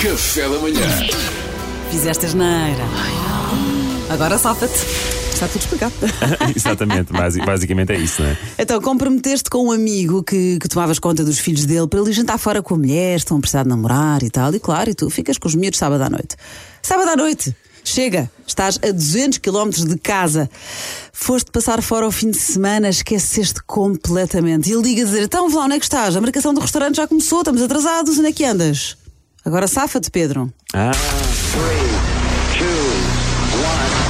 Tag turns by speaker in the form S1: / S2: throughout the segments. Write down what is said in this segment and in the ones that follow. S1: Café da manhã.
S2: Fizeste asneira. Agora safa-te. Está tudo explicado.
S3: Exatamente, basi- basicamente é isso, não é?
S2: Então, comprometeste com um amigo que, que tomavas conta dos filhos dele para ele ir jantar fora com a mulher, estão a precisar de namorar e tal. E claro, e tu ficas com os miúdos sábado à noite. Sábado à noite, chega, estás a 200 km de casa, foste passar fora o fim de semana, esqueceste completamente. E ele liga a dizer: Então, vá, onde é que estás? A marcação do restaurante já começou, estamos atrasados, onde é que andas? Agora safa-te, Pedro.
S3: Ah,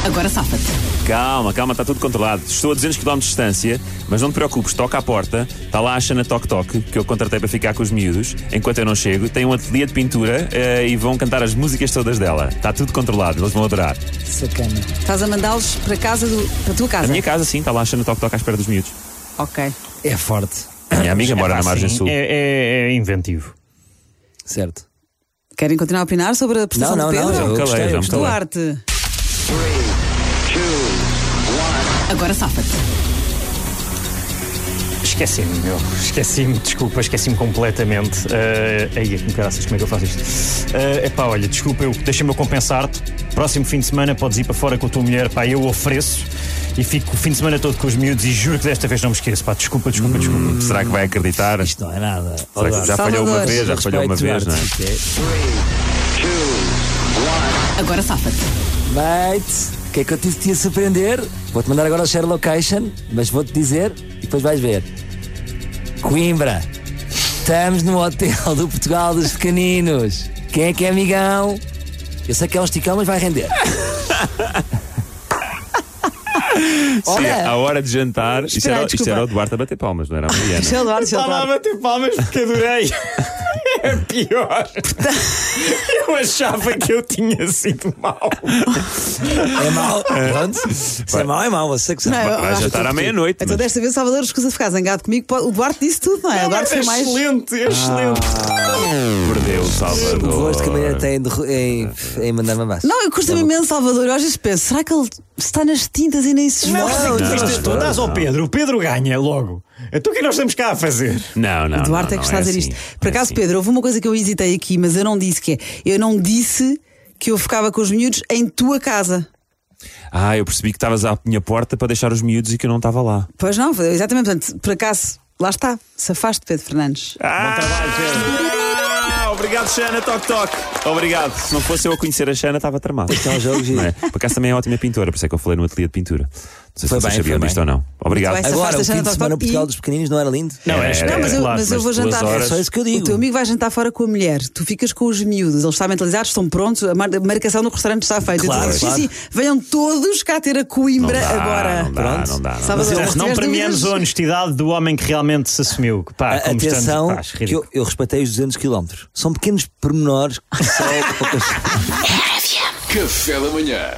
S2: Agora safa-te.
S3: calma, calma, está tudo controlado. Estou a 200 km de distância, mas não te preocupes, toca à porta, está lá a Xana Toc Toc, que eu contratei para ficar com os miúdos, enquanto eu não chego, tem um ateliê de pintura eh, e vão cantar as músicas todas dela. Está tudo controlado, eles vão adorar.
S2: Sacana. Estás a mandá-los para casa do. para a tua
S3: A
S2: casa.
S3: minha casa, sim, está lá a Xana Toc Toc à espera dos miúdos.
S2: Ok.
S4: É forte.
S3: A
S5: Ah,
S3: minha amiga mora na margem
S5: Sim,
S3: sul.
S5: É, é- é inventivo.
S4: Certo.
S2: Querem continuar a opinar sobre a
S5: um
S2: prestação
S4: Não,
S2: de
S4: não,
S2: Pedro?
S4: não, eu
S3: Calei,
S4: gostei,
S3: já
S4: eu
S3: me
S4: gostei.
S3: calei.
S2: Duarte. Agora safa-te.
S5: Esqueci-me, meu. Esqueci-me, desculpa, esqueci-me completamente. Ah, aí, como caraças, como é que eu faço isto? É epá, olha, desculpa, eu- deixa-me eu compensar-te. Próximo fim de semana podes ir para fora com a tua mulher, É, pá, eu ofereço. E fico o fim de semana todo com os miúdos e juro que desta vez não me esqueço, pá, desculpa, desculpa, desculpa.
S3: Será que vai acreditar?
S4: Isto Hum, não é nada.
S3: Será que já falhou uma
S2: Salvador.
S3: vez, já falhou uma vez, não é?
S2: Agora safa-te.
S4: Mate, o que é que eu tive de te ia surpreender? Vou-te mandar agora o share location, mas vou-te dizer e depois vais ver. Coimbra, estamos no Hotel do Portugal dos Pequeninos. Quem é que é amigão? Eu sei que é um esticão, mas vai render.
S3: Sim,
S4: Olha.
S3: à hora de jantar, isto
S2: É. Espera aí,
S3: era, isto era
S2: desculpa.
S3: o Duarte a bater palmas, não era a Mariana.
S2: Seu Duarte, seu
S5: Estava a
S2: Duarte.
S5: bater palmas porque adorei. É pior. Eu achava que eu tinha sido mau.
S4: É mau. Pronto. Se é mau, é mau. Eu sei que se é mau.
S2: Não,
S3: Vai
S2: eu-
S3: jantar à meia-noite.
S2: Ah, Então,
S3: mas-
S2: desta vez, Salvador, escusa de ficar zangado comigo. pode- O Duarte disse tudo, não é? o Duarte foi mais.
S5: Excelente, excelente.
S3: Perdeu o
S4: O
S3: Salvador.
S4: gosto que a mulher tem de ru- em, em mandar-me abaixo.
S2: Não, eu custa-me imenso Salvador. Eu às vezes penso, será que ele está nas tintas e nem se
S5: Não,
S2: esmora?
S5: não,
S4: não,
S5: tu
S4: não.
S5: dás ao Pedro, o Pedro ganha logo. Então o que é que nós estamos cá a fazer?
S3: Não, não.
S2: O Duarte
S3: não,
S2: é que
S3: não
S2: está a dizer
S3: assim,
S2: isto.
S3: não
S2: Por
S3: é
S2: acaso,
S3: assim.
S2: Pedro, houve uma coisa que eu hesitei aqui, mas eu não disse que é. Eu não disse que eu ficava com os miúdos em tua casa.
S3: Ah, eu percebi que estavas à minha porta para deixar os miúdos e que eu não estava lá.
S2: Pois não, foi- exatamente. Portanto, por acaso, lá está. Safaste, Pedro Fernandes.
S3: Ah, ah, obrigado, Xana, toque, toque. Obrigado. Se não fosse eu a conhecer a Xana, estava tramado.
S4: Isto é um jogo giro.
S3: Não é? Por acaso também é ótima pintora, por isso é que eu falei no ateliê de pintura. Não sei
S4: Foi
S3: se vocês
S4: bem,
S3: sabiam
S4: foi
S3: disto
S4: bem.
S3: ou não. Obrigado.
S2: Muito bem.
S4: Agora,
S2: Afasta
S4: o
S2: já
S4: fim
S2: da
S4: de
S2: tua-
S4: semana no Portugal
S2: e-
S4: dos Pequeninos não era lindo?
S5: Não,
S3: É,
S5: é,
S3: é,
S2: Não, mas eu, mas eu vou
S3: duas
S2: jantar.
S3: horas. É só
S4: isso que eu digo.
S2: O teu amigo vai jantar fora com a mulher. Tu ficas com os miúdos. Eles estão mentalizados, estão prontos. A mar- a marcação do restaurante está feita.
S4: Claro,
S2: Tu dizes,
S4: claro.
S2: Sim, sim, venham todos cá ter a
S3: Não
S2: Coimbra
S3: dá,
S2: agora.
S3: Não dá,
S4: Pronto.
S3: não dá. não
S2: Salvador,
S3: dá.
S2: se
S5: não
S2: tiveres
S5: premiamos
S2: dúvidas-
S5: a honestidade do homem que realmente se assumiu. que, Pá, Ah, como
S4: Atenção,
S5: estamos, pá, acho
S4: que eu,
S5: ridículo.
S4: eu respeitei os 200 km. São pequenos pormenores que só poucas
S1: Café da manhã.